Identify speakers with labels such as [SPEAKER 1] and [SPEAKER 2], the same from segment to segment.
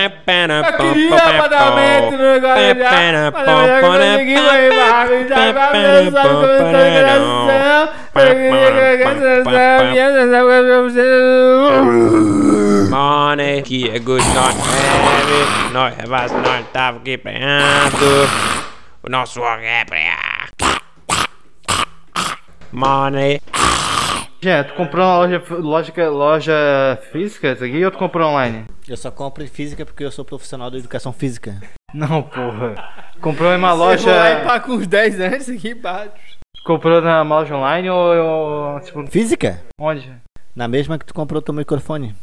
[SPEAKER 1] Eu queria mandar um aumento
[SPEAKER 2] né,
[SPEAKER 1] no Guarujá, mas eu não consegui, vai embarrar, me dá uma atenção, comentando a gração, eu queria que a gração, minha atenção, eu não preciso...
[SPEAKER 2] Morning, que é good, not heavy, nós revasso, nós tava aqui preando, o nosso rock é prear. Money.
[SPEAKER 3] Já, tu comprou na loja, loja, loja física isso aqui ou tu comprou online?
[SPEAKER 4] Eu só compro em física porque eu sou profissional da educação física.
[SPEAKER 3] Não, porra. Comprou em uma
[SPEAKER 1] Vou lá e
[SPEAKER 3] loja.
[SPEAKER 1] pago uns 10 anos aqui embaixo.
[SPEAKER 3] Comprou na uma loja online ou, ou tipo,
[SPEAKER 4] Física?
[SPEAKER 3] onde?
[SPEAKER 4] Na mesma que tu comprou teu microfone.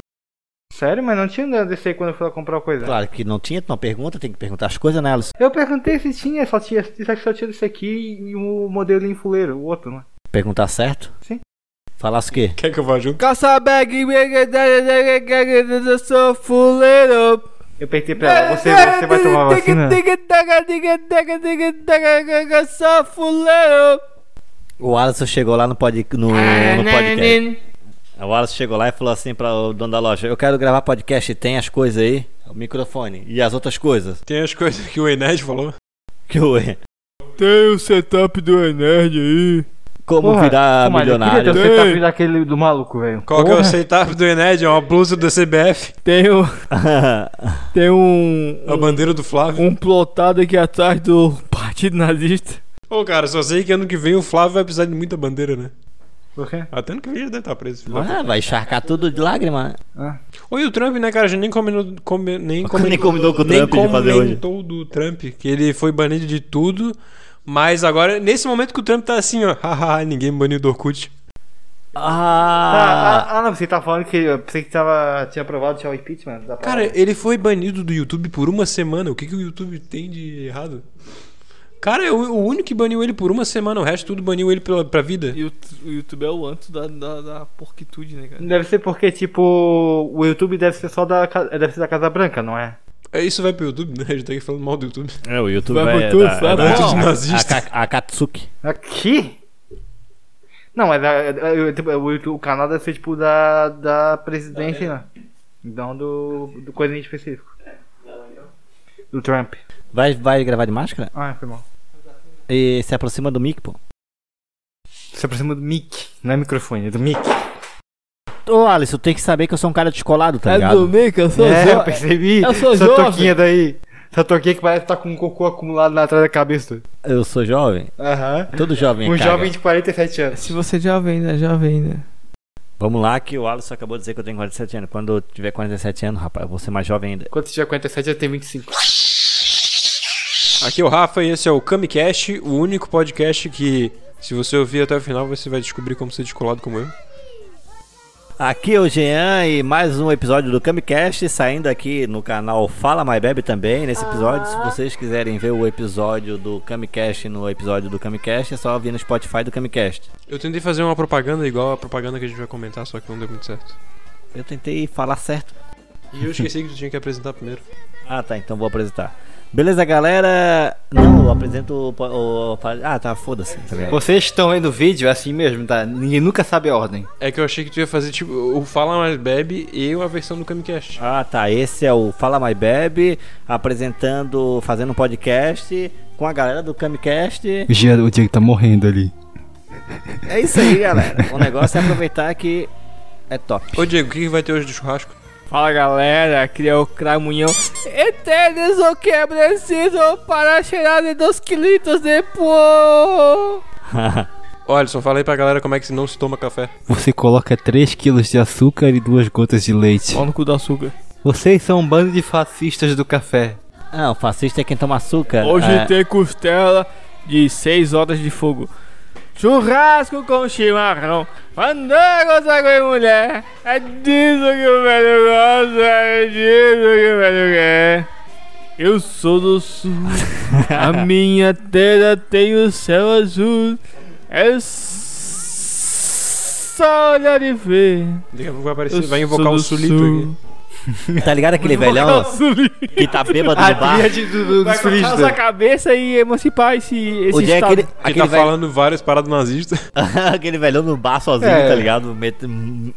[SPEAKER 3] Sério, mas não tinha desse aí quando eu fui lá comprar
[SPEAKER 1] É.
[SPEAKER 3] coisa.
[SPEAKER 4] Claro que não tinha, tu não pergunta, tem que perguntar as coisas, né, Alisson?
[SPEAKER 3] Eu perguntei se tinha, só tinha, disse que só tinha esse aqui e o modelo em fuleiro, o outro, né?
[SPEAKER 4] Perguntar certo?
[SPEAKER 3] Sim.
[SPEAKER 4] Falasse o quê?
[SPEAKER 2] Quer que eu vá junto?
[SPEAKER 1] Caça bag, eu sou fuleiro.
[SPEAKER 3] Eu perguntei pra ela, você, você vai tomar a vacina?
[SPEAKER 1] Eu sou fuleiro. Ah, né,
[SPEAKER 4] O Alisson chegou lá no, pod... no, É, no podcast. O Alisson chegou lá e falou assim pra o dono da loja: Eu quero gravar podcast, tem as coisas aí, o microfone e as outras coisas.
[SPEAKER 2] Tem as coisas que o Enes falou.
[SPEAKER 4] Que eu errei.
[SPEAKER 1] Tem o setup do Enerd aí.
[SPEAKER 4] Como
[SPEAKER 3] Porra,
[SPEAKER 4] virar
[SPEAKER 3] pô, mas eu
[SPEAKER 4] milionário.
[SPEAKER 3] Queria ter o setup daquele do maluco, velho.
[SPEAKER 2] Qual que é
[SPEAKER 3] Porra.
[SPEAKER 2] o setup do Enes? É uma blusa do CBF,
[SPEAKER 1] Tem, o, tem
[SPEAKER 3] É
[SPEAKER 1] um,
[SPEAKER 2] É a bandeira do Flávio.
[SPEAKER 1] um plotado aqui atrás do Partido Nazista.
[SPEAKER 2] Ô, cara, só sei que ano que vem o Flávio vai precisar de muita bandeira, né?
[SPEAKER 3] Por quê?
[SPEAKER 2] Até ano que vem já deve estar preso. filho da
[SPEAKER 4] Ah, vai encharcar tudo de lágrima.
[SPEAKER 2] Oi, o Trump, né, cara? A gente nem combinou. come- nem, comentou,
[SPEAKER 4] Nem combinou com o
[SPEAKER 2] nem
[SPEAKER 4] Trump de fazer hoje.
[SPEAKER 2] comentou do Trump, que ele foi banido de tudo. Mas agora, nesse momento que o Trump tá assim, ó. Haha, ninguém me baniu do Orkut.
[SPEAKER 4] Ah,
[SPEAKER 3] Ah, ah, ah, não, você tá falando que eu pensei que tava, tinha aprovado já o impeachment. Da
[SPEAKER 2] Cara,
[SPEAKER 3] parada.
[SPEAKER 2] ele foi banido do YouTube por uma semana. O que, que o YouTube tem de errado? Cara, o, o único que baniu ele por uma semana, o resto tudo baniu ele pela, pra vida.
[SPEAKER 1] E o, o YouTube é o anto da, da, da porquitude, né, cara?
[SPEAKER 3] deve ser porque, tipo, o YouTube deve ser só da, ca- deve ser da Casa Branca, não é?
[SPEAKER 2] É, Isso vai pro YouTube, né? A gente tá aqui falando mal do YouTube.
[SPEAKER 4] é, o YouTube
[SPEAKER 1] vai
[SPEAKER 4] é
[SPEAKER 1] pro
[SPEAKER 4] da-
[SPEAKER 1] tudo,
[SPEAKER 4] é
[SPEAKER 1] vai
[SPEAKER 4] da-
[SPEAKER 1] pro
[SPEAKER 2] tudo
[SPEAKER 4] a-
[SPEAKER 2] nazista.
[SPEAKER 4] a Ka- A Katsuki.
[SPEAKER 3] Aqui? Não, mas a- a- o- tipo, o, YouTube- o canal deve ser, tipo, da, da presidência, né? Não do, do coisa em específico. Do Trump.
[SPEAKER 4] Vai, vai gravar de máscara?
[SPEAKER 3] Ah, foi mal.
[SPEAKER 4] E se aproxima do mic, pô.
[SPEAKER 3] Se aproxima do mic. Não é microfone, é do mic.
[SPEAKER 4] Ô, Alisson, tem que saber que eu sou um cara descolado, tá
[SPEAKER 1] é
[SPEAKER 4] ligado?
[SPEAKER 1] dormir, que eu sou
[SPEAKER 3] é, eu
[SPEAKER 1] zo-
[SPEAKER 3] percebi.
[SPEAKER 1] eu sou
[SPEAKER 3] Essa
[SPEAKER 1] jovem.
[SPEAKER 3] touquinha daí. Essa touquinha que parece que tá com um cocô acumulado lá atrás da cabeça.
[SPEAKER 4] Eu sou jovem.
[SPEAKER 3] Aham.
[SPEAKER 4] Todo jovem.
[SPEAKER 3] Um
[SPEAKER 4] caga.
[SPEAKER 3] jovem de 47 anos.
[SPEAKER 1] Se você é jovem, né? Jovem, né?
[SPEAKER 4] Vamos lá, que o Alisson acabou de dizer que eu tenho 47 anos. Quando eu tiver 47 anos, rapaz, eu vou ser mais jovem ainda.
[SPEAKER 3] Quando tiver 47, já tem 25.
[SPEAKER 2] Aqui é o Rafa e esse é o Camicast, o único podcast que, se você ouvir até o final, você vai descobrir como ser descolado como eu.
[SPEAKER 4] Aqui é o Jean e mais um episódio do Camicast saindo aqui no canal Fala My Baby também nesse episódio. Se vocês quiserem ver o episódio do Camicast no episódio do Camicast, é só vir no Spotify do Camicast.
[SPEAKER 2] Eu tentei fazer uma propaganda igual a propaganda que a gente vai comentar, só que não deu muito certo.
[SPEAKER 4] Eu tentei falar certo.
[SPEAKER 2] E eu esqueci que tu tinha que apresentar primeiro.
[SPEAKER 4] Ah, tá, então vou apresentar. Beleza, galera? Não, eu apresento o, po- o- o- Ah, tá, foda-se. Tá ligado?
[SPEAKER 3] Vocês estão vendo o vídeo, é assim mesmo, tá? Ninguém nunca sabe a ordem.
[SPEAKER 2] É que eu achei que tu ia fazer tipo o Fala Mais Bebe e a versão do Camicast.
[SPEAKER 4] Ah, tá. Esse é o Fala My Bebe, apresentando, fazendo um podcast com a galera do Camicast.
[SPEAKER 3] Gia, o Diego tá morrendo ali.
[SPEAKER 4] É isso aí, galera. O negócio é aproveitar que é top.
[SPEAKER 2] Ô Diego, o que que vai ter hoje do churrasco?
[SPEAKER 1] Fala galera, aqui é o Cramunhão. Eternos o que é preciso para cheirar de 2 quilitos de pó.
[SPEAKER 2] Olha, só fala aí pra galera como é que não se toma café.
[SPEAKER 3] Você coloca 3 kg de açúcar e 2 gotas de leite.
[SPEAKER 1] Pau no cu do açúcar.
[SPEAKER 3] Vocês são um bando de fascistas do café.
[SPEAKER 4] Ah, o fascista é quem toma açúcar.
[SPEAKER 1] Hoje
[SPEAKER 4] é,
[SPEAKER 1] tem costela de 6 horas de fogo. Churrasco com chimarrão, fandango, água e mulher. É disso que o velho gosta, é disso que o velho quer. Eu sou do sul, a minha terra tem o céu azul. É s- só olhar e ver.
[SPEAKER 2] Daqui a pouco vai aparecer,
[SPEAKER 1] Eu
[SPEAKER 2] vai invocar
[SPEAKER 1] sou
[SPEAKER 2] o
[SPEAKER 1] do
[SPEAKER 2] Sulito
[SPEAKER 1] sul. um
[SPEAKER 2] aqui.
[SPEAKER 4] Tá ligado aquele velhão que tá bêbado
[SPEAKER 3] A
[SPEAKER 4] no bar?
[SPEAKER 3] tríade É do, do, dos
[SPEAKER 2] um
[SPEAKER 1] Vai cortar sua
[SPEAKER 3] frigidos.
[SPEAKER 1] cabeça e emancipar esse, esse
[SPEAKER 4] O dia é
[SPEAKER 1] estado.
[SPEAKER 4] aquele,
[SPEAKER 2] Ele
[SPEAKER 4] aquele,
[SPEAKER 2] tá
[SPEAKER 4] velho-
[SPEAKER 2] falando várias paradas nazistas.
[SPEAKER 4] aquele velhão no bar sozinho,
[SPEAKER 3] É.
[SPEAKER 4] tá ligado? Met-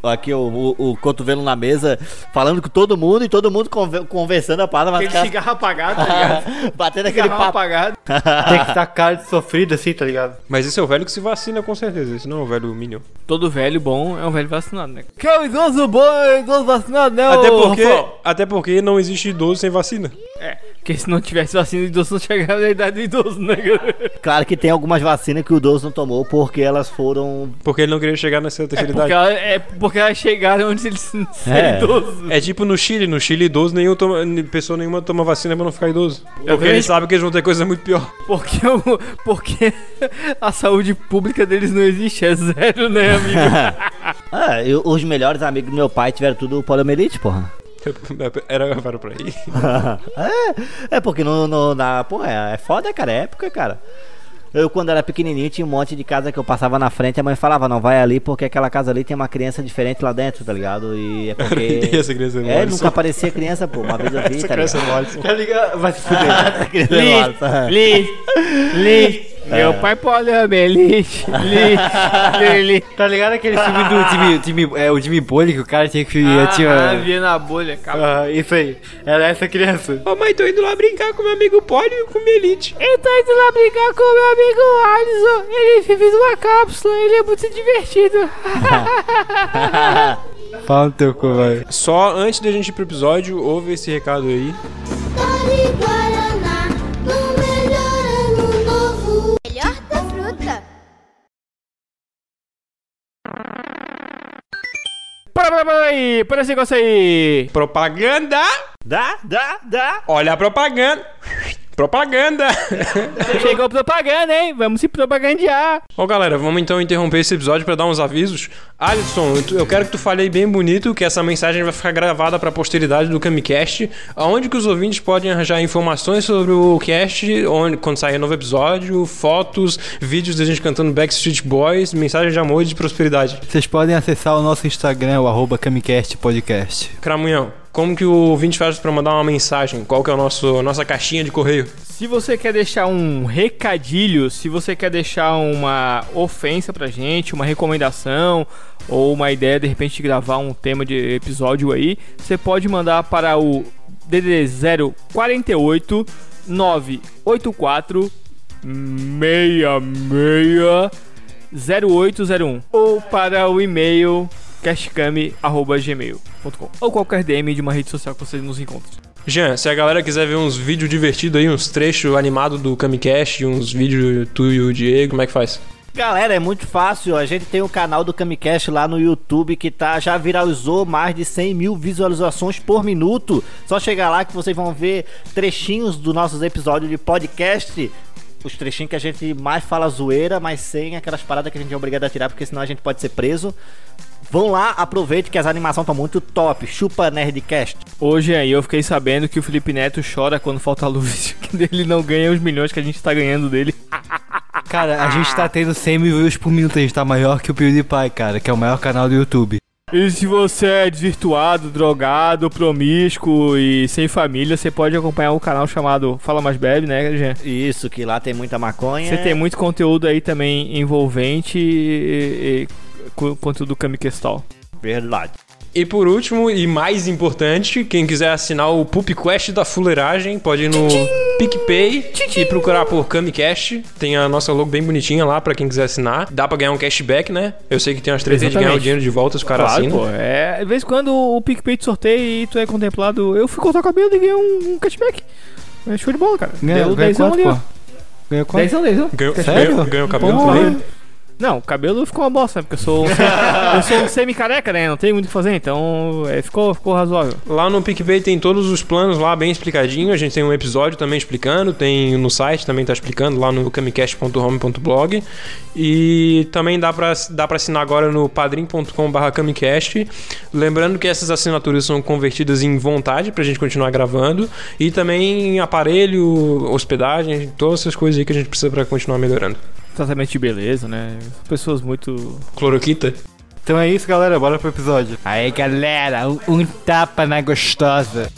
[SPEAKER 4] Aqui o, o, o cotovelo na mesa, falando com todo mundo e todo mundo conver- conversando a parada, mas
[SPEAKER 1] Aquele
[SPEAKER 4] o cara-
[SPEAKER 1] cigarro apagado, tá ligado?
[SPEAKER 4] batendo aquele
[SPEAKER 1] Cigarro
[SPEAKER 4] papo.
[SPEAKER 1] apagado.
[SPEAKER 3] Tem que estar cara de sofrido assim, tá ligado?
[SPEAKER 2] Mas esse é o velho que se vacina com certeza. Esse não é o velho Minion.
[SPEAKER 1] Todo velho bom é um velho vacinado, né? Que é o idoso bom, é o idoso vacinado, né?
[SPEAKER 2] Até
[SPEAKER 1] ô,
[SPEAKER 2] porque,
[SPEAKER 1] Rafael?
[SPEAKER 2] até porque não existe idoso sem vacina.
[SPEAKER 1] Porque se não tivesse vacina, o idoso não chegava na idade do idoso, né? cara?
[SPEAKER 4] Claro que tem algumas vacinas que o idoso não tomou porque elas foram.
[SPEAKER 2] Porque ele não queria chegar nessa terceira
[SPEAKER 1] Porque
[SPEAKER 2] idade.
[SPEAKER 1] ela- é porque elas chegaram onde eles são
[SPEAKER 4] É.
[SPEAKER 1] idosos.
[SPEAKER 2] É tipo no Chile. No Chile, idoso, nenhum toma, pessoa nenhuma toma vacina pra não ficar idoso. Porque eles sabem que eles vão ter coisa muito pior.
[SPEAKER 1] Porque, o- porque a saúde pública deles não existe, é zero, né, amigo?
[SPEAKER 4] Ah, eu- os melhores amigos do meu pai tiveram tudo poliomielite, porra.
[SPEAKER 2] Era, era pra ir.
[SPEAKER 4] é, é porque no, no- na, porra, é, é foda, cara, é época, cara. Eu, quando era pequenininho, tinha um monte de casa que eu passava na frente. A mãe falava: Não vai ali porque aquela casa ali tem uma criança diferente lá dentro, tá ligado? E é porque.
[SPEAKER 2] E essa criança
[SPEAKER 4] É,
[SPEAKER 2] Alisson?
[SPEAKER 4] nunca aparecia criança, pô. Uma vez eu vi,
[SPEAKER 2] Essa
[SPEAKER 4] tá ligado?
[SPEAKER 2] criança é o Alisson.
[SPEAKER 3] Tá ligado? Vai se fuder.
[SPEAKER 4] Essa criança é
[SPEAKER 1] Liz,
[SPEAKER 4] massa.
[SPEAKER 1] Liz, Liz. Meu pai é poliomielite, Liz, Liz, Liz.
[SPEAKER 3] Tá ligado aquele filme do Jimmy, Jimmy, é, o Jimmy Bolly que o cara tinha que. tinha,
[SPEAKER 1] Ah, via na bolha, cara.
[SPEAKER 3] Ah, isso aí. Era essa criança.
[SPEAKER 2] Ô mãe, tô indo lá brincar com meu amigo Polio e com o Elite.
[SPEAKER 1] Eu tô tá indo lá brincar com meu amigo Alisson. Ele fez uma cápsula, ele é muito divertido.
[SPEAKER 3] Fala no teu cu, velho.
[SPEAKER 2] Só antes da gente ir pro episódio, ouve esse recado aí.
[SPEAKER 5] Dori Guaraná, no melhor ano novo. Melhor da fruta.
[SPEAKER 1] Para, para, para aí, para esse negócio aí.
[SPEAKER 2] Propaganda!
[SPEAKER 4] Dá, dá, dá.
[SPEAKER 2] Olha a propaganda! Propaganda!
[SPEAKER 1] Chegou propaganda, hein? Vamos se propagandear.
[SPEAKER 2] Bom, galera, vamos então interromper esse episódio pra dar uns avisos. Alisson, eu tu- eu quero que tu fale aí bem bonito que essa mensagem vai ficar gravada pra posteridade do Camicast, aonde que os ouvintes podem arranjar informações sobre o cast, onde, quando sair novo episódio, fotos, vídeos da gente cantando Backstreet Boys, mensagem de amor e de prosperidade.
[SPEAKER 6] Vocês podem acessar o nosso Instagram, o arroba Camicast Podcast.
[SPEAKER 2] Cramunhão, como que o ouvinte faz pra mandar uma mensagem? Qual que é a nosso, nossa caixinha de correio?
[SPEAKER 1] Se você quer deixar um recadilho, se você quer deixar uma ofensa pra gente, uma recomendação ou uma ideia de repente de gravar um tema de episódio aí, você pode mandar para o DDD 048 984 660801 ou para o e-mail cashcam@gmail.com ou qualquer DM de uma rede social que você nos encontre.
[SPEAKER 2] Jean, se a galera quiser ver uns vídeos divertidos aí, uns trechos animados do Camicast, uns vídeos tu e o Diego, como é que faz?
[SPEAKER 4] Galera, é muito fácil. A gente tem o canal do Camicast lá no YouTube que tá, já viralizou mais de 100 mil visualizações por minuto. Só chegar lá que vocês vão ver trechinhos dos nossos episódios de podcast. Os trechinhos que a gente mais fala zoeira, mas sem aquelas paradas que a gente é obrigado a tirar, porque senão a gente pode ser preso. Vão lá, aproveite que as animações estão muito top. Chupa Nerdcast.
[SPEAKER 1] Hoje aí eu fiquei sabendo que o Felipe Neto chora quando falta luz, que ele não ganha os milhões que a gente tá ganhando dele.
[SPEAKER 6] Cara, a gente tá tendo 100 mil views por minuto, a gente tá maior que o PewDiePie, cara, que é o maior canal do YouTube.
[SPEAKER 1] E se você é desvirtuado, drogado, promíscuo e sem família, você pode acompanhar um canal chamado Fala Mais Bebe, né, Jean?
[SPEAKER 4] Isso, que lá tem muita maconha.
[SPEAKER 1] Você tem muito conteúdo aí também envolvente e, e- e co- conteúdo Kamiquestal.
[SPEAKER 4] Verdade.
[SPEAKER 2] E por último, e mais importante, quem quiser assinar o PupQuest da Fuleiragem, pode ir no PicPay e procurar por Camicast. Tem a nossa logo bem bonitinha lá pra quem quiser assinar. Dá pra ganhar um cashback, né? Eu sei que tem umas três de ganhar o
[SPEAKER 1] Exatamente.
[SPEAKER 2] dinheiro de volta, os caras
[SPEAKER 1] Claro,
[SPEAKER 2] assinam.
[SPEAKER 1] pô. É, de vez em quando o PicPay te sorteia e tu é contemplado. Eu fui cortar o cabelo e ganhei um, um cashback. É show de bola, cara.
[SPEAKER 6] Ganha, ganha
[SPEAKER 1] dezão
[SPEAKER 6] quanto,
[SPEAKER 1] ali, ó.
[SPEAKER 6] pô? Ganha quanto?
[SPEAKER 1] Dezão, dezão.
[SPEAKER 2] Ganhou,
[SPEAKER 6] Sério?
[SPEAKER 2] ganhou, ganhou o cabelo
[SPEAKER 1] Porra.
[SPEAKER 2] também.
[SPEAKER 1] Não, o cabelo ficou uma bosta, né? Porque eu sou um, eu sou um semi-careca, né? Não tem muito o que fazer, então é, ficou, ficou razoável.
[SPEAKER 2] Lá no PicPay tem todos os planos lá bem explicadinho. A gente tem um episódio também explicando, tem no site também tá explicando lá no camicast.home.blog. E também dá pra, dá pra assinar agora no padrim.com.br camicast. Lembrando que essas assinaturas são convertidas em vontade pra gente continuar gravando. E também em aparelho, hospedagem, todas essas coisas aí que a gente precisa pra continuar melhorando.
[SPEAKER 1] Tratamento de beleza, né? Pessoas muito.
[SPEAKER 2] Cloroquita?
[SPEAKER 6] Então é isso, galera. Bora pro episódio. Aí, galera, um, um tapa na gostosa.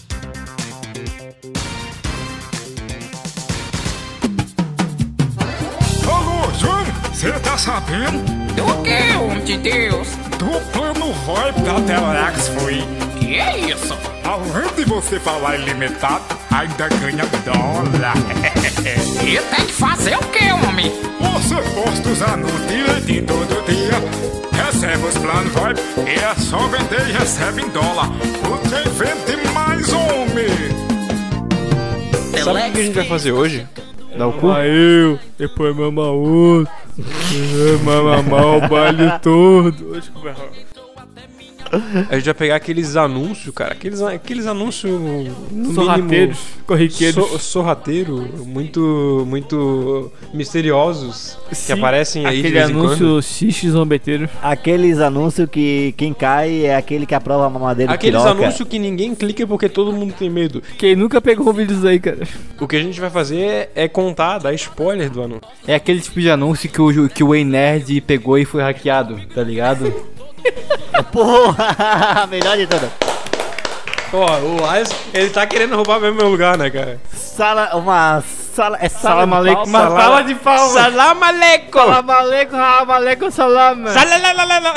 [SPEAKER 7] Alô, Júlio, você tá sabendo?
[SPEAKER 8] Do que, homem de Deus?
[SPEAKER 7] Do plano VoIP da Telex Free.
[SPEAKER 8] Que é isso?
[SPEAKER 7] Além de você falar ilimitado, ainda ganha dólar.
[SPEAKER 8] E tem que fazer o que, homem?
[SPEAKER 7] Você posta os anúncios de todo dia. Recebe os planos VoIP e é só vender e recebe em dólar. Você vende mais homem.
[SPEAKER 2] Sabe o que a gente vai fazer hoje?
[SPEAKER 6] Dá o cu?
[SPEAKER 1] eu, depois mama outro, depois mama mal o baile todo. Hoje que vai rolar.
[SPEAKER 2] A gente vai pegar aqueles anúncios, cara. Aqueles, aqueles anúncios, no mínimo,
[SPEAKER 1] Sorrateiros, corriqueiros.
[SPEAKER 2] so, sorrateiro, muito, muito misteriosos, que
[SPEAKER 1] Sim,
[SPEAKER 2] aparecem aí de
[SPEAKER 1] Aquele
[SPEAKER 2] vez em quando.
[SPEAKER 1] anúncio xixi zombeteiro.
[SPEAKER 4] Aqueles anúncios que quem cai é aquele que aprova a mamadeira de
[SPEAKER 2] Aqueles
[SPEAKER 4] piroca.
[SPEAKER 2] anúncios que ninguém clica porque todo mundo tem medo.
[SPEAKER 1] Quem nunca pegou um vídeo disso aí, cara?
[SPEAKER 2] O que a gente vai fazer é contar, dar spoiler do anúncio.
[SPEAKER 6] É aquele tipo de anúncio que o, Ju- que o Ei Nerd pegou e foi hackeado, tá ligado?
[SPEAKER 4] Porra, melhor de tudo.
[SPEAKER 2] Ó, o Lars, ele tá querendo roubar mesmo meu lugar, né, cara?
[SPEAKER 4] Sala, uma sala, é sala
[SPEAKER 1] Salam
[SPEAKER 4] de pau,
[SPEAKER 1] aleikum, uma
[SPEAKER 4] sala-
[SPEAKER 1] sala de pau.
[SPEAKER 2] Salam aleikum!
[SPEAKER 1] Salam aleikum, salam aleikum, salam.
[SPEAKER 2] Salalalala.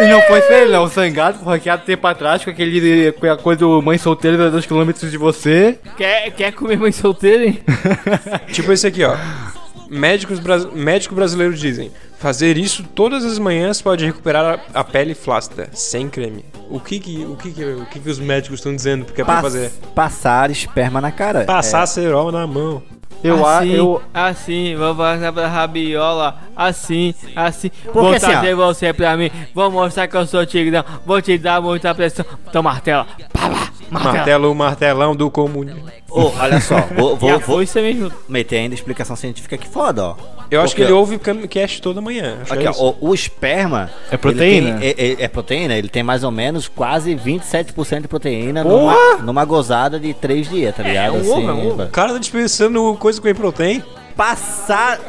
[SPEAKER 6] E não foi sério, não. O Sangado foi hackeado tempo atrás com aquele com a coisa do mãe solteira a 2km de você.
[SPEAKER 1] Quer, quer comer mãe solteira, hein?
[SPEAKER 2] Tipo esse aqui, ó. Médicos bras... Médico brasileiro dizem: fazer isso todas as manhãs pode recuperar a, a pele flácida, sem creme. O que que, o que, que, o que, que os médicos estão dizendo que é pra
[SPEAKER 4] pass-
[SPEAKER 2] fazer?
[SPEAKER 4] Passar esperma na cara.
[SPEAKER 2] Passar cerol na mão.
[SPEAKER 6] Eu
[SPEAKER 2] Ah,
[SPEAKER 6] a-
[SPEAKER 1] assim,
[SPEAKER 6] eu
[SPEAKER 1] assim, vou passar pra rabiola, assim, assim, vou
[SPEAKER 4] Porque assim, ó.
[SPEAKER 1] trazer você pra mim, vou mostrar que eu sou tigrão, vou te dar muita pressão, então martela, pá, pá, martela.
[SPEAKER 2] Martelo, o martelão do comunismo.
[SPEAKER 4] É. Ô, olha só, vou, vou,
[SPEAKER 1] Já
[SPEAKER 4] vou
[SPEAKER 1] foi isso mesmo.
[SPEAKER 4] meter ainda explicação científica que foda, ó.
[SPEAKER 2] Eu acho
[SPEAKER 4] Porque,
[SPEAKER 2] que ele
[SPEAKER 4] ó,
[SPEAKER 2] ouve o Camcast toda manhã. Acho
[SPEAKER 4] Aqui,
[SPEAKER 2] que é
[SPEAKER 4] ó,
[SPEAKER 2] isso.
[SPEAKER 4] o, o esperma.
[SPEAKER 6] É proteína?
[SPEAKER 4] ele tem- é, é- é proteína, ele tem mais ou menos quase 27% de proteína numa, numa gozada de 3 dias, tá ligado?
[SPEAKER 1] um ovo, é um ovo.
[SPEAKER 2] O cara tá dispensando coisa com whey protein.
[SPEAKER 4] Passar.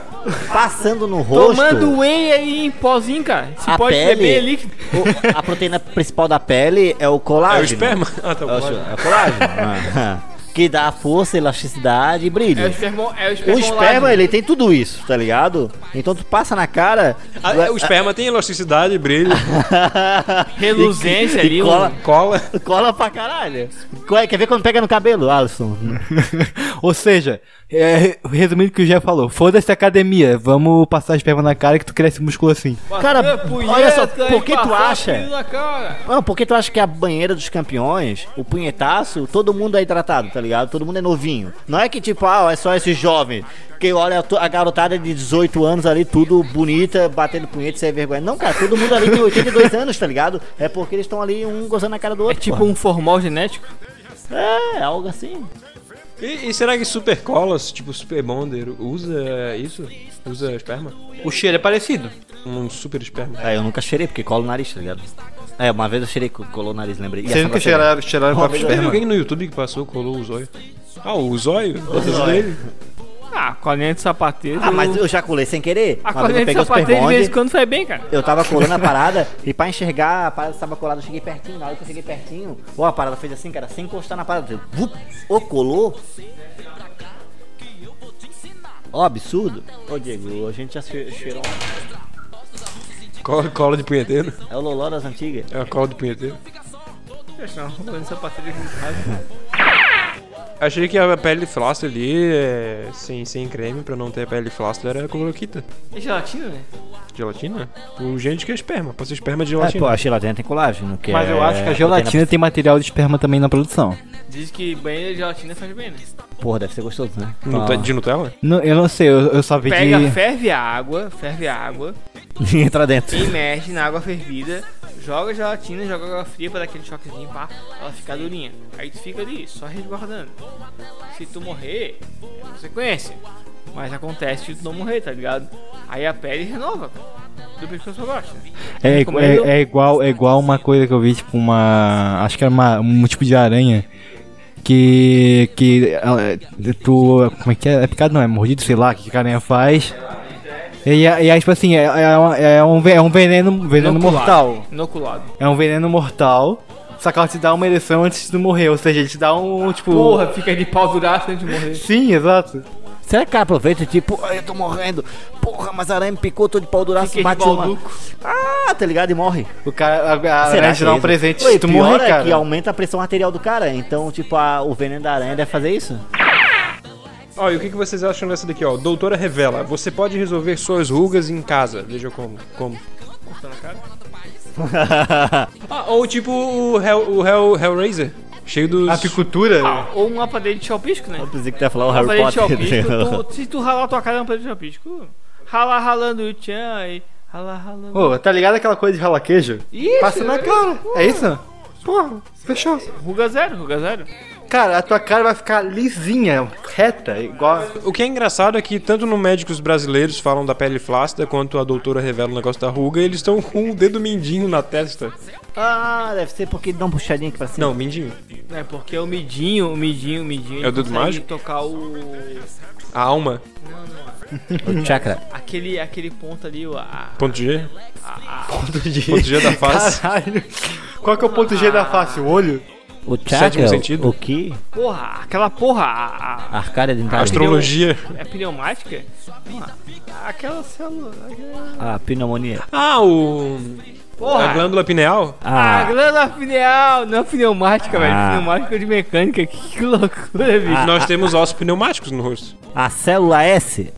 [SPEAKER 4] Passando no rosto.
[SPEAKER 1] Tomando whey aí em pozinho, cara, se
[SPEAKER 4] A
[SPEAKER 1] pode
[SPEAKER 4] pele?
[SPEAKER 1] beber líquido.
[SPEAKER 4] o- a proteína principal da pele é o
[SPEAKER 2] É
[SPEAKER 4] colágeno.
[SPEAKER 2] o esperma. Ah,
[SPEAKER 1] Então,
[SPEAKER 2] tá
[SPEAKER 4] É o
[SPEAKER 2] bom.
[SPEAKER 4] é o colágeno. Ah. que dá força, elasticidade e brilho.
[SPEAKER 1] É o esperma, é o esperma,
[SPEAKER 4] O esperma, ele tem tudo isso, tá ligado? Então tu passa na cara.
[SPEAKER 1] é
[SPEAKER 2] Ah, o esperma tem elasticidade, brilho,
[SPEAKER 1] reluzência
[SPEAKER 4] e
[SPEAKER 1] ali,
[SPEAKER 4] cola-
[SPEAKER 1] um-
[SPEAKER 2] cola.
[SPEAKER 4] Cola pra caralho. Qual é? Quer ver quando pega no cabelo, Alisson?
[SPEAKER 6] Ou seja, é, resumindo o que o Jeff falou, foda-se a academia, vamos passar esperma na cara que tu cresce músculo assim.
[SPEAKER 4] Cara,
[SPEAKER 1] Bater
[SPEAKER 4] olha só,
[SPEAKER 1] punheta
[SPEAKER 4] por
[SPEAKER 1] e
[SPEAKER 4] que tu
[SPEAKER 1] passar
[SPEAKER 4] acha?
[SPEAKER 1] fio tá na cara.
[SPEAKER 4] Ah, porque tu acha que a banheira dos campeões, o punhetaço, todo mundo é hidratado, tá ligado? Todo mundo é novinho. Não é que tipo, ah, é só esse jovem. Que olha a tu- a garotada de 18 anos ali, tudo bonita, batendo punheta sem vergonha. Não, cara, todo mundo ali tem 82 anos, tá ligado? É porque eles estão ali um gozando na cara do
[SPEAKER 1] É
[SPEAKER 4] outro.
[SPEAKER 1] tipo
[SPEAKER 4] porra.
[SPEAKER 1] um formal genético.
[SPEAKER 4] É, algo assim.
[SPEAKER 2] E, e será que super colas, tipo super bonder, usa isso? Usa esperma?
[SPEAKER 6] O cheiro é parecido.
[SPEAKER 2] Um super esperma.
[SPEAKER 4] É, eu nunca cheirei, porque cola o nariz, tá ligado? É, uma vez eu cheirei, co- colou o nariz, lembrei. E
[SPEAKER 6] Vocês
[SPEAKER 4] essa
[SPEAKER 6] nunca
[SPEAKER 4] vai ser-
[SPEAKER 6] cheiraram, cheiraram né? o próprio
[SPEAKER 2] Teve
[SPEAKER 6] esperma?
[SPEAKER 2] alguém no YouTube que passou, colou o zóio. Ah, o zóio? O
[SPEAKER 4] zóio.
[SPEAKER 2] dele?
[SPEAKER 1] Ah, colinha de sapateiro.
[SPEAKER 4] Ah, mas eu já colei sem querer.
[SPEAKER 1] A
[SPEAKER 4] Uma vez eu
[SPEAKER 1] colinha de
[SPEAKER 4] peguei o
[SPEAKER 1] sapateiro de vez em
[SPEAKER 4] superbonde,
[SPEAKER 1] quando faz bem, cara.
[SPEAKER 4] eu tava colando a parada, e pra enxergar a parada que tava colada, eu cheguei pertinho. Na hora que eu cheguei pertinho, ó, a parada fez assim, cara, sem encostar na parada. eu- Vup, Ô, colou. Ó, absurdo. Ô, Diego, a gente já che- cheirou.
[SPEAKER 2] Cola, cola de punheteiro?
[SPEAKER 4] É o Loló das antigas.
[SPEAKER 2] É a cola de punheteiro.
[SPEAKER 1] Não, colinha de sapateiro
[SPEAKER 2] Achei que a pele flácida ali, é, sem, sem creme, pra não ter pele flácida, era cloroquita.
[SPEAKER 1] é gelatina, né?
[SPEAKER 2] Gelatina? O gente que é esperma. Pode ser esperma de
[SPEAKER 4] É,
[SPEAKER 2] gelatina.
[SPEAKER 4] pô, a gelatina tem colágeno, que
[SPEAKER 6] Mas eu
[SPEAKER 4] é-
[SPEAKER 6] acho que a
[SPEAKER 4] proteína-
[SPEAKER 6] gelatina tem material de esperma também na produção.
[SPEAKER 1] Diz que banheiro de gelatina faz bem, né?
[SPEAKER 4] Porra, deve ser gostoso, né?
[SPEAKER 2] Nute- de Nutella?
[SPEAKER 6] Não, eu não sei, eu, eu só vi
[SPEAKER 1] Pega,
[SPEAKER 6] que...
[SPEAKER 1] ferve a água, ferve a água,
[SPEAKER 4] Entra dentro.
[SPEAKER 1] imerge na água fervida, joga a gelatina, joga água fria pra dar aquele choquezinho pra ela ficar durinha. Aí tu fica ali, só resguardando. Se tu morrer, é consequência. Mas acontece de tu não morrer, tá ligado? Aí a pele renova, cara. Do pescoço pra baixo. né?
[SPEAKER 6] É,
[SPEAKER 1] Como
[SPEAKER 6] é,
[SPEAKER 1] eu-
[SPEAKER 6] é igual, é igual uma coisa que eu vi, tipo uma. Acho que era uma, um tipo de aranha. Que. é que. ela- Tu. Como é que é? É picado não, é mordido, sei lá, o que que a aranha faz. E, é- e aí, tipo assim, é, é, uma- é um, ve- é um veneno, veneno mortal.
[SPEAKER 1] Inoculado.
[SPEAKER 6] É um veneno mortal. Só que ela te dá uma ereção antes de tu morrer. Ou seja, ele te dá um, tipo.
[SPEAKER 1] Porra, fica de pau duraço antes de morrer.
[SPEAKER 6] Sim, exato.
[SPEAKER 4] Será que o cara aproveita e tipo, "Ai, eu tô morrendo. Porra, mas a aranha me picou, tô de pau duraço,
[SPEAKER 1] Fiquei de
[SPEAKER 4] bate uma.
[SPEAKER 1] balduco.
[SPEAKER 4] Ah, tá ligado? E morre.
[SPEAKER 6] O cara. A, a
[SPEAKER 3] né,
[SPEAKER 4] Será
[SPEAKER 6] Será
[SPEAKER 4] que
[SPEAKER 6] te
[SPEAKER 4] é
[SPEAKER 6] dá um
[SPEAKER 4] isso?
[SPEAKER 6] presente
[SPEAKER 4] Oi,
[SPEAKER 6] se tu
[SPEAKER 4] pior
[SPEAKER 6] morrer,
[SPEAKER 4] é
[SPEAKER 6] cara.
[SPEAKER 4] que aumenta a pressão arterial do cara. Então, tipo, a- o veneno da aranha deve fazer isso.
[SPEAKER 2] Ó, e o que, que vocês acham dessa daqui, ó? Doutora revela, você pode resolver suas rugas em casa. Veja como. Como? Ah, ou tipo o, Hell, o Hell, Hellraiser. Cheio dos...
[SPEAKER 3] Ah,
[SPEAKER 6] Apicultura?
[SPEAKER 1] Ou uma parede de chalpisco, né?
[SPEAKER 4] eu pensei que tu ia falar o
[SPEAKER 1] Uma
[SPEAKER 4] Harry
[SPEAKER 1] parede de
[SPEAKER 4] Potter. né?
[SPEAKER 1] chalpisco. é tu- Se tu ralar tua cara, é uma parede de chalpisco. Ralar ralando o tchan aí. Ralar ralando.
[SPEAKER 6] Ô, tá ligado aquela coisa de ralar queijo?
[SPEAKER 1] Isso,
[SPEAKER 6] Passa na cara. É isso? Porra, fechou.
[SPEAKER 1] Ruga zero, ruga zero.
[SPEAKER 6] Cara, a tua cara vai ficar lisinha, reta, igual.
[SPEAKER 2] O que é engraçado é que tanto no médicos brasileiros falam da pele flácida, quanto a doutora revela o negócio da ruga, eles estão com o dedo mindinho na testa.
[SPEAKER 4] ah, deve ser porque dá uma puxadinha aqui pra cima.
[SPEAKER 2] Não, mindinho.
[SPEAKER 1] É, porque o midinho, o midinho, o midinho.
[SPEAKER 2] É o
[SPEAKER 1] ele
[SPEAKER 2] dedo
[SPEAKER 1] consegue
[SPEAKER 2] mágico?
[SPEAKER 1] tocar o.
[SPEAKER 2] A alma.
[SPEAKER 4] O chakra.
[SPEAKER 1] Aquele, aquele ponto ali, o. a-
[SPEAKER 2] Ponto G. Ponto G da face.
[SPEAKER 6] Caralho. Qual que é o ponto G da face? O olho?
[SPEAKER 4] O
[SPEAKER 2] Sétimo
[SPEAKER 4] chakra,
[SPEAKER 2] sentido.
[SPEAKER 4] o que?
[SPEAKER 1] Porra, aquela porra. a- a-
[SPEAKER 4] Arcádia dentária.
[SPEAKER 2] Astrologia.
[SPEAKER 1] é pneumática? Ah, Aquela célula. aquela-
[SPEAKER 4] A pneumonia.
[SPEAKER 2] Ah, o... A
[SPEAKER 1] Porra!
[SPEAKER 2] glândula pineal?
[SPEAKER 1] A
[SPEAKER 4] Ah,
[SPEAKER 1] glândula pineal, não é pneumática, velho.
[SPEAKER 4] Ah.
[SPEAKER 1] Pneumática de mecânica, que loucura, bicho.
[SPEAKER 2] Nós temos ossos pneumáticos no rosto.
[SPEAKER 4] a célula S.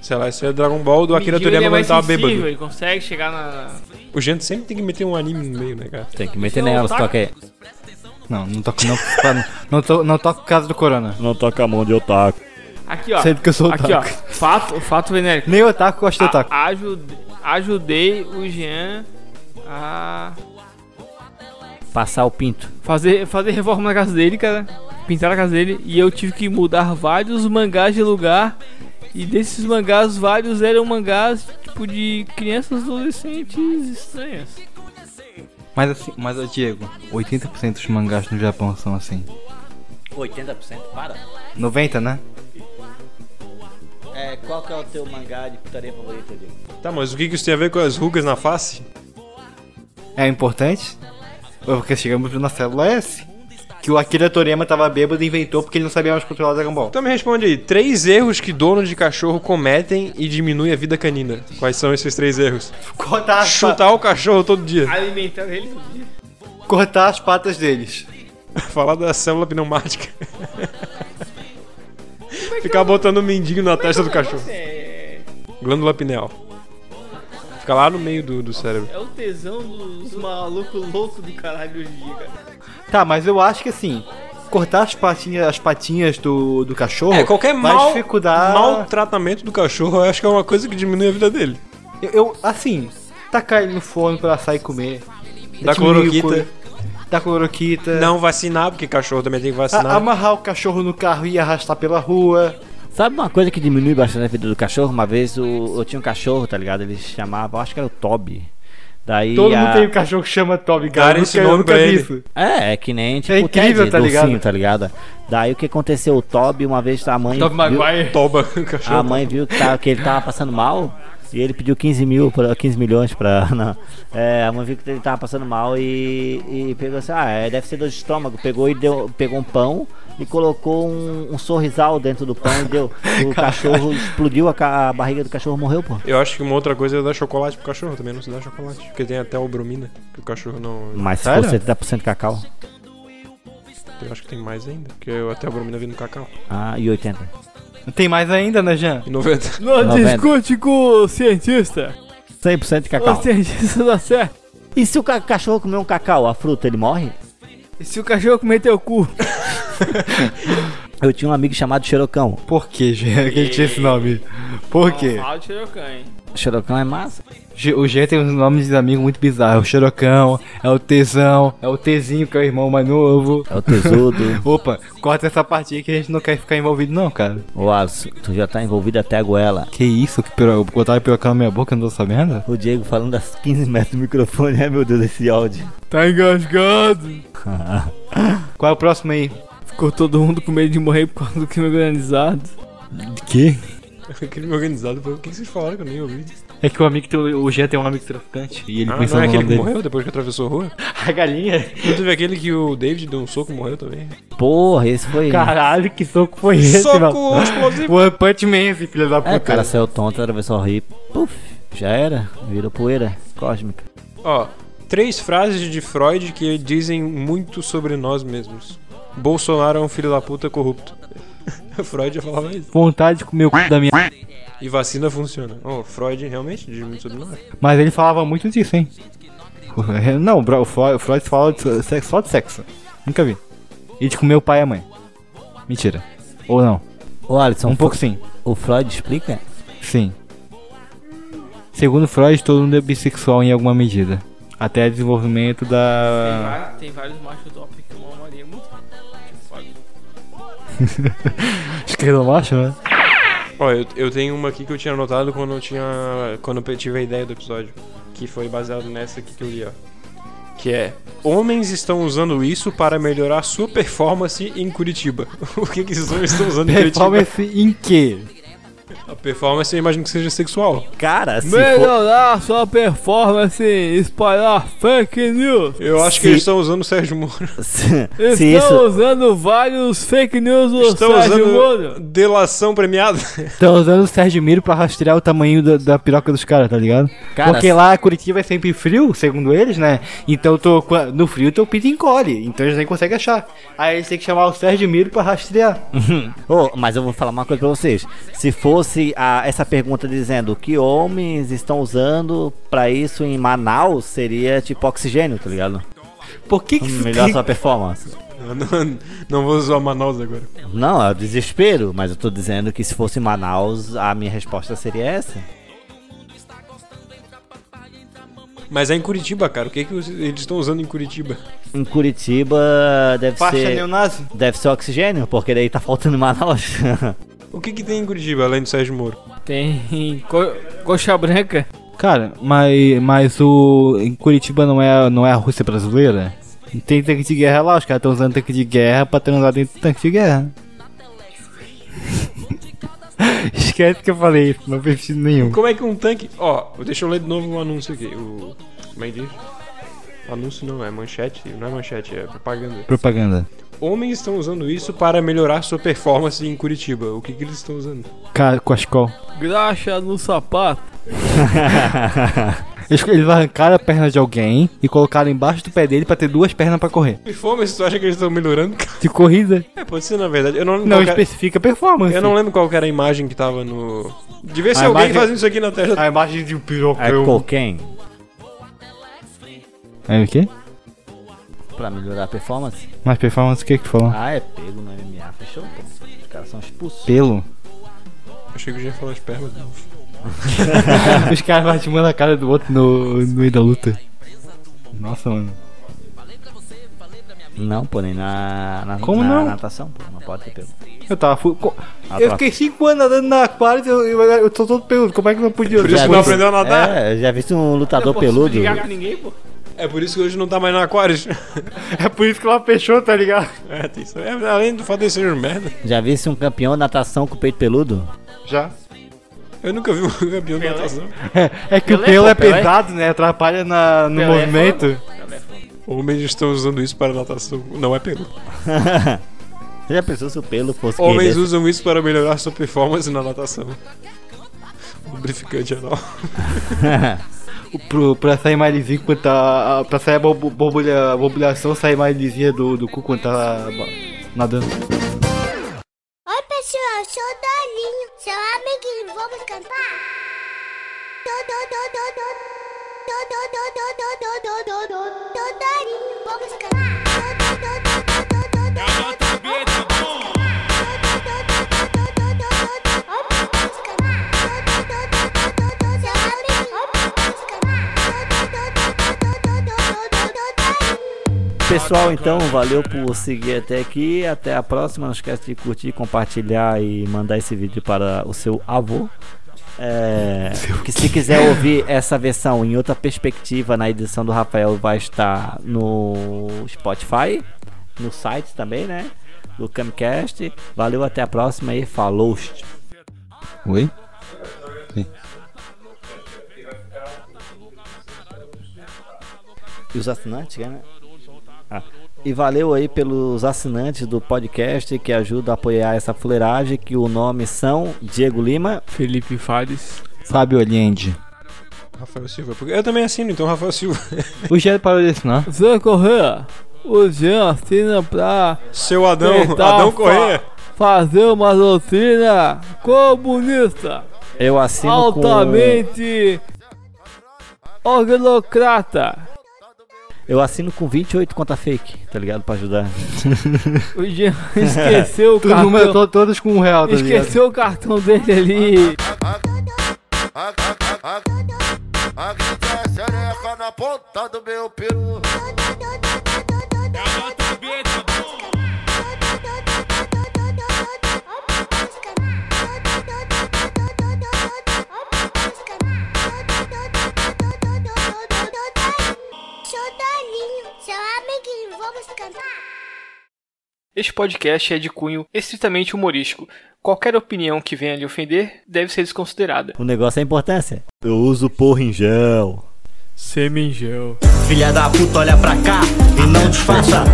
[SPEAKER 2] Sei lá, esse é Dragon Ball do Akira
[SPEAKER 1] Midinho, ele
[SPEAKER 2] Toriyama
[SPEAKER 1] é
[SPEAKER 2] quando
[SPEAKER 1] mais
[SPEAKER 2] tava
[SPEAKER 1] sensível,
[SPEAKER 2] bêbado.
[SPEAKER 1] Ele consegue chegar na.
[SPEAKER 2] O gente sempre tem que meter um anime no meio, né, cara?
[SPEAKER 4] Tem que meter nela, se toca aí.
[SPEAKER 6] Não, não toco não. pra- não, to, não toco por causa do corona.
[SPEAKER 4] Não toca a mão de otaku.
[SPEAKER 1] Aqui, ó.
[SPEAKER 6] Sempre que eu sou
[SPEAKER 1] Aqui,
[SPEAKER 6] otaku.
[SPEAKER 1] ó. Fato, fato venérico.
[SPEAKER 6] Nem o otaku gosta de otaku.
[SPEAKER 1] A- ajude- ajudei o Jean a
[SPEAKER 4] Passar o pinto.
[SPEAKER 1] fazer, fazer reforma na casa dele, cara. Pintar a casa dele. E eu tive que mudar vários mangás de lugar. E desses mangás, vários eram mangás tipo de crianças adolescentes estranhas.
[SPEAKER 6] Mas assim, mas ô, Diego, 80% dos mangás no Japão são assim.
[SPEAKER 4] 80% para.
[SPEAKER 6] 90, né?
[SPEAKER 4] É, qual que é o teu mangá de putaria favorito, Diego?
[SPEAKER 2] Tá, mas o que que isso tem a ver com as rugas na face?
[SPEAKER 6] É importante? Porque chegamos na célula S. Que o Akira Toriyama tava bêbado e inventou porque ele não sabia mais controlar o Dragon Ball.
[SPEAKER 2] Então me responde aí, três erros que donos de cachorro cometem e diminui a vida canina. Quais são esses três erros?
[SPEAKER 6] Cortar as, pa-
[SPEAKER 2] Chutar o cachorro todo dia.
[SPEAKER 1] Alimentar ele.
[SPEAKER 6] cortar as patas deles.
[SPEAKER 2] Falar da célula pneumática. Ficar botando o mindinho na testa do cachorro.
[SPEAKER 1] É,
[SPEAKER 2] Glândula pineal. Fica lá no meio do, do cérebro.
[SPEAKER 1] é o tesão dos malucos loucos do caralho hoje em dia, cara.
[SPEAKER 6] Tá, mas eu acho que assim, cortar as patinhas, as patinhas do, do cachorro
[SPEAKER 2] É, qualquer
[SPEAKER 6] vai
[SPEAKER 2] mal,
[SPEAKER 3] Ah.
[SPEAKER 6] dificultar.
[SPEAKER 2] maltratamento do cachorro, eu acho que é uma coisa que diminui a vida dele.
[SPEAKER 6] Eu, eu, assim, tacar ele no forno pra sair e comer.
[SPEAKER 2] Dar
[SPEAKER 6] Diminuir o
[SPEAKER 2] cloroquita.
[SPEAKER 6] co- Dar cloroquita.
[SPEAKER 2] Não vacinar, porque cachorro também tem que
[SPEAKER 6] A-
[SPEAKER 3] Ah,
[SPEAKER 2] vacinar.
[SPEAKER 6] amarrar o cachorro no carro e arrastar pela rua.
[SPEAKER 4] Sabe uma coisa que diminui bastante a vida do cachorro? Uma vez o- eu tinha um cachorro, tá ligado? Ele chamava, acho que era o Toby. Daí
[SPEAKER 6] Todo
[SPEAKER 4] a-
[SPEAKER 6] mundo tem um cachorro que chama Toby, cara.
[SPEAKER 2] Darem
[SPEAKER 6] Eu
[SPEAKER 2] esse
[SPEAKER 6] nunca, eu
[SPEAKER 2] nome
[SPEAKER 6] nunca
[SPEAKER 2] pra
[SPEAKER 6] vi
[SPEAKER 2] ele.
[SPEAKER 6] isso.
[SPEAKER 4] É, é que nem tipo
[SPEAKER 6] incrível,
[SPEAKER 4] Ted,
[SPEAKER 6] tá
[SPEAKER 4] do
[SPEAKER 6] ligado?
[SPEAKER 4] ursinho, tá ligado? Daí o que aconteceu? O Toby, uma vez a mãe.
[SPEAKER 6] Toby
[SPEAKER 4] viu-
[SPEAKER 6] Maguire.
[SPEAKER 2] Toba, o cachorro.
[SPEAKER 4] A mãe viu que, tava- que ele tava passando mal e ele pediu 15 mil, pra- 15 milhões pra. Não. É, a mãe viu que ele tava passando mal e, e pegou assim, ah, é, deve ser dor de estômago. Pegou e deu, pegou um pão e colocou um, um sorrisal dentro do pão e deu. O cachorro explodiu a, ca- a barriga do cachorro morreu, pô.
[SPEAKER 2] Eu acho que uma outra coisa é dar chocolate pro cachorro também, não se dá chocolate. Porque tem até o bromina, que o cachorro não.
[SPEAKER 4] Mas tá se
[SPEAKER 6] Sério?
[SPEAKER 4] for 70% cacau.
[SPEAKER 2] Eu acho que tem mais ainda, porque eu até o bromina vem no cacau.
[SPEAKER 4] Ah, e 80.
[SPEAKER 6] Não tem mais ainda, né, Jean?
[SPEAKER 2] E 90.
[SPEAKER 1] Não
[SPEAKER 6] Tá
[SPEAKER 4] Noventa.
[SPEAKER 1] discute com o cientista.
[SPEAKER 4] 100%
[SPEAKER 1] O
[SPEAKER 4] cacau.
[SPEAKER 1] cientista dá certo.
[SPEAKER 4] E se o ca- cachorro comer um cacau, a fruta, ele morre?
[SPEAKER 1] E se o cachorro comer teu cu?
[SPEAKER 4] Eu tinha um amigo chamado Xerocão.
[SPEAKER 6] Por que, Jean? Que ele tinha esse nome? Por quê?
[SPEAKER 1] Fala de Cherokee, hein?
[SPEAKER 4] Xerocão é massa.
[SPEAKER 6] Ge- O Jean tem uns nomes de amigo muito bizarros. É o Xerocão, é o Tesão, é o Tezinho, que é o irmão mais novo.
[SPEAKER 4] É o tesudo.
[SPEAKER 6] Opa, corta essa parte aí que a gente não quer ficar envolvido, não, cara.
[SPEAKER 4] Ô, Alisson, tu já tá envolvido até a goela.
[SPEAKER 6] Que isso? Que piro... Botaram piroca na minha boca, eu não tô sabendo?
[SPEAKER 4] O Diego falando das 15 metros do microfone, ai meu Deus, esse áudio.
[SPEAKER 1] Tá engasgado.
[SPEAKER 6] Qual é o próximo aí?
[SPEAKER 1] Ficou todo mundo com medo de morrer por causa do crime organizado.
[SPEAKER 6] De quê?
[SPEAKER 2] crime organizado. Pô, O que que vocês falaram que eu nem ouvi?
[SPEAKER 6] É que o amigo teu, o Jean tem um amigo traficante. E ele
[SPEAKER 2] Ah,
[SPEAKER 6] pensou
[SPEAKER 2] não é
[SPEAKER 6] no
[SPEAKER 2] aquele
[SPEAKER 6] nome
[SPEAKER 2] que
[SPEAKER 6] dele.
[SPEAKER 2] morreu depois que atravessou a rua?
[SPEAKER 6] A galinha?
[SPEAKER 2] Não teve aquele que o David deu um soco e morreu também?
[SPEAKER 4] Porra, esse foi.
[SPEAKER 6] Caralho, que soco foi esse, mano?
[SPEAKER 2] soco explosivo!
[SPEAKER 6] One Punch Man, esse filho da puta.
[SPEAKER 4] É, o cara saiu tonto, era só rir. Puf, já era. Virou poeira cósmica.
[SPEAKER 2] Ó, três frases de Freud que dizem muito sobre nós mesmos. Bolsonaro é um filho da puta corrupto. Freud já falava isso.
[SPEAKER 6] Vontade de comer o cu da minha.
[SPEAKER 2] E vacina funciona. Ô, Freud realmente diz muito sobre nós.
[SPEAKER 6] Mas ele falava muito disso, hein? Não, bro, o Freud o Freud fala de sexo- só de sexo. Nunca vi. E de comer o pai e a mãe. Mentira. Ou não.
[SPEAKER 4] Ô, Alisson,
[SPEAKER 6] Um pouco sim.
[SPEAKER 4] o Freud explica?
[SPEAKER 6] Sim. Segundo Freud, todo mundo é bissexual em alguma medida. Até o desenvolvimento
[SPEAKER 1] Ah.
[SPEAKER 6] da.
[SPEAKER 1] Tem vários machos top que eu amaria muito.
[SPEAKER 6] Esquerda macho, né?
[SPEAKER 2] Ó, eu, eu tenho uma aqui que eu tinha anotado quando eu tinha. quando eu tive a ideia do episódio. Que foi baseado nessa aqui que eu li, ó. Que é. Homens estão usando isso para melhorar sua performance em Curitiba. o que, que esses homens estão usando em Curitiba?
[SPEAKER 6] Performance em quê?
[SPEAKER 2] A performance eu imagino que seja sexual.
[SPEAKER 4] Cara, se for...
[SPEAKER 1] Melhorar sua performance, espalhar fake news.
[SPEAKER 2] Eu acho que
[SPEAKER 4] Se-
[SPEAKER 2] eles estão usando o Sérgio Moro.
[SPEAKER 4] se, se
[SPEAKER 1] Estão
[SPEAKER 4] isso.
[SPEAKER 1] usando vários fake news do
[SPEAKER 2] Estão
[SPEAKER 1] Sérgio
[SPEAKER 2] usando
[SPEAKER 1] Moro.
[SPEAKER 2] delação premiada.
[SPEAKER 6] Estão usando o Sérgio Miro pra rastrear o tamanho da, da piroca dos caras, tá ligado?
[SPEAKER 4] Cara,
[SPEAKER 6] Porque lá Curitiba é sempre frio, segundo eles, né? Então tô, com a- no frio teu pinto encolhe, então eles nem conseguem achar. Aí eles têm que chamar o Sérgio Miro pra rastrear.
[SPEAKER 4] Ô, mas eu vou falar uma coisa pra vocês. Se fosse a- essa pergunta dizendo que homens estão usando pra isso em Manaus, seria tipo oxigênio, tá ligado?
[SPEAKER 6] Por que que
[SPEAKER 4] Melhorar sua performance.
[SPEAKER 2] Eu não, não vou usar Manaus agora.
[SPEAKER 4] Não, é o desespero, mas eu tô dizendo que se fosse em Manaus, a minha resposta seria essa.
[SPEAKER 2] Mas é em Curitiba, cara. O que, que os- eles estão usando em Curitiba?
[SPEAKER 4] Em Curitiba deve
[SPEAKER 6] faixa
[SPEAKER 4] ser.
[SPEAKER 6] neonazi?
[SPEAKER 4] Deve ser oxigênio, porque daí tá faltando em Manaus.
[SPEAKER 2] O que, que tem em Curitiba, além do Sérgio Moro?
[SPEAKER 1] Tem co- coxa branca.
[SPEAKER 6] Cara, mas, mas o. Em Curitiba não é, não é a Rússia brasileira? Tem tanque de guerra lá, os caras estão usando tanque de guerra pra transar dentro do tanque de guerra. Esquece que eu falei isso, não fez sentido nenhum.
[SPEAKER 2] Como é que um tanque. Ó, deixa eu ler de novo o anúncio aqui. O. Como é que diz? Anúncio não, é manchete. Não é manchete, é propaganda.
[SPEAKER 6] Propaganda.
[SPEAKER 2] Homens estão usando isso para melhorar sua performance em Curitiba. O que, que eles estão usando?
[SPEAKER 6] Cara, Cascol.
[SPEAKER 1] Graxa no sapato.
[SPEAKER 6] Eles, eles arrancaram a perna de alguém e colocaram embaixo do pé dele pra ter duas pernas pra correr.
[SPEAKER 2] Performance, tu acha que eles estão melhorando?
[SPEAKER 6] De corrida.
[SPEAKER 2] É, pode ser na verdade. Eu não lembro.
[SPEAKER 6] Não
[SPEAKER 2] qual que era-
[SPEAKER 6] especifica performance.
[SPEAKER 2] Eu não lembro qual que era a imagem que tava no. Devia ser
[SPEAKER 6] A
[SPEAKER 2] alguém
[SPEAKER 6] imagem-
[SPEAKER 2] fazendo isso aqui na testa. Ah,
[SPEAKER 6] A imagem de um
[SPEAKER 4] é
[SPEAKER 6] pirocão.
[SPEAKER 4] cocaine.
[SPEAKER 6] É o quê?
[SPEAKER 4] Pra melhorar a performance?
[SPEAKER 6] Mas performance o que que tu falou?
[SPEAKER 4] Ah, é pego no MMA, fechou? Pô. Os caras são expulsos.
[SPEAKER 6] Pelo.
[SPEAKER 2] Achei que eu já ia falar esperma.
[SPEAKER 6] Os caras batimando a cara do outro no, no meio da luta. Nossa, mano.
[SPEAKER 4] Não, pô, nem na, na,
[SPEAKER 6] Como
[SPEAKER 4] na
[SPEAKER 6] não?
[SPEAKER 4] natação, pô. Não pode ter pego.
[SPEAKER 6] Eu tava. Fu co-
[SPEAKER 4] Ah,
[SPEAKER 6] eu
[SPEAKER 4] tá.
[SPEAKER 6] fiquei 5 anos nadando na aquária e eu, eu, eu tô todo peludo. Como é que não podia?
[SPEAKER 2] Por isso
[SPEAKER 4] Já
[SPEAKER 2] que não
[SPEAKER 4] vi-
[SPEAKER 2] aprendeu a nadar.
[SPEAKER 4] É, já viste um lutador peludo.
[SPEAKER 1] Ligar com ninguém, pô.
[SPEAKER 2] É. por isso que hoje não tá mais na Aquarius.
[SPEAKER 6] É por isso que ela fechou, tá ligado?
[SPEAKER 2] é, tem isso. É, além do fato de ser um merda.
[SPEAKER 4] Já visse um campeão de natação com peito peludo?
[SPEAKER 6] Já.
[SPEAKER 2] Eu nunca vi um campeão de natação.
[SPEAKER 6] É que o
[SPEAKER 1] Pelé,
[SPEAKER 6] pelo
[SPEAKER 1] pô,
[SPEAKER 6] é
[SPEAKER 1] Pelé.
[SPEAKER 6] pesado, né? Atrapalha na, no
[SPEAKER 1] Pelé, é
[SPEAKER 6] movimento.
[SPEAKER 2] Homens estão usando isso para natação. Não é pelo.
[SPEAKER 4] Você já pensou se o pelo fosse
[SPEAKER 2] Homens
[SPEAKER 4] querer?
[SPEAKER 2] usam isso para melhorar sua performance na natação. Lubrificante anal.
[SPEAKER 6] Pro, pra sair mais lisinho quanto a. a- Pra sair a borbu- borbulha, borbulhação, sair mais lisinha do, do cu quando tá ba- nadando.
[SPEAKER 5] Oi, pessoal, sou o Dolinho, seu amiguinho. Vamos cantar? Do, do, do, do, do. Do, do, do, do, do, do, do, do, do. Dodorinho, vamos cantar? Do, do, do, do, do, do, do, do, do, do, do, do, do, do, do, do, do. Vamos cantar? Do, do, do, do, do, do, do, seu amiguinho. Vamos cantar? Do, do, do, do, do, do, do, do, do, Dodorinho.
[SPEAKER 4] Pessoal, então, valeu por seguir até aqui. Até a próxima. Não esquece de curtir, compartilhar e mandar esse vídeo para o seu avô. É, que se quiser ouvir essa versão em outra perspectiva, na edição do Rafael vai estar no Spotify, no site também, né? Do Camcast. Valeu, até a próxima e falou!
[SPEAKER 6] Oi?
[SPEAKER 4] E os assinantes, né? Ah. E valeu aí pelos assinantes do podcast que ajuda a apoiar essa fuleiragem, que o nome são Diego Lima.
[SPEAKER 1] Felipe Fares.
[SPEAKER 6] Fábio Allende.
[SPEAKER 2] Rafael Silva. porque- Eu também assino, então, Rafael Silva.
[SPEAKER 6] O Gelo parou de assinar.
[SPEAKER 1] Zé Correia. O Jean assina pra
[SPEAKER 2] Seu Adão,
[SPEAKER 1] tentar
[SPEAKER 2] Adão
[SPEAKER 1] fa-
[SPEAKER 2] Corrêa.
[SPEAKER 1] fazer uma doutrina comunista.
[SPEAKER 4] Eu assino
[SPEAKER 1] altamente organocrata.
[SPEAKER 4] com. Eu assino com 28 conta fake, tá ligado? Pra ajudar.
[SPEAKER 1] O Jean esqueceu o
[SPEAKER 6] Todo mundo,
[SPEAKER 1] cartão.
[SPEAKER 6] to- todos com um real, tá ligado?
[SPEAKER 1] Esqueceu o cartão dele ali.
[SPEAKER 5] Sou Daninho, seu amiguinho, vamos cantar?
[SPEAKER 9] Este podcast é de cunho estritamente humorístico. Qualquer opinião que venha lhe ofender deve ser desconsiderada.
[SPEAKER 4] O negócio é a importância. Eu uso porra em gel.
[SPEAKER 1] Semingel.
[SPEAKER 4] Filha da puta, olha pra cá e não disfarça.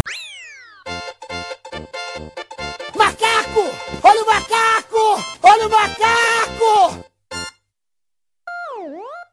[SPEAKER 10] Macaco! Olha o macaco! Olha o macaco!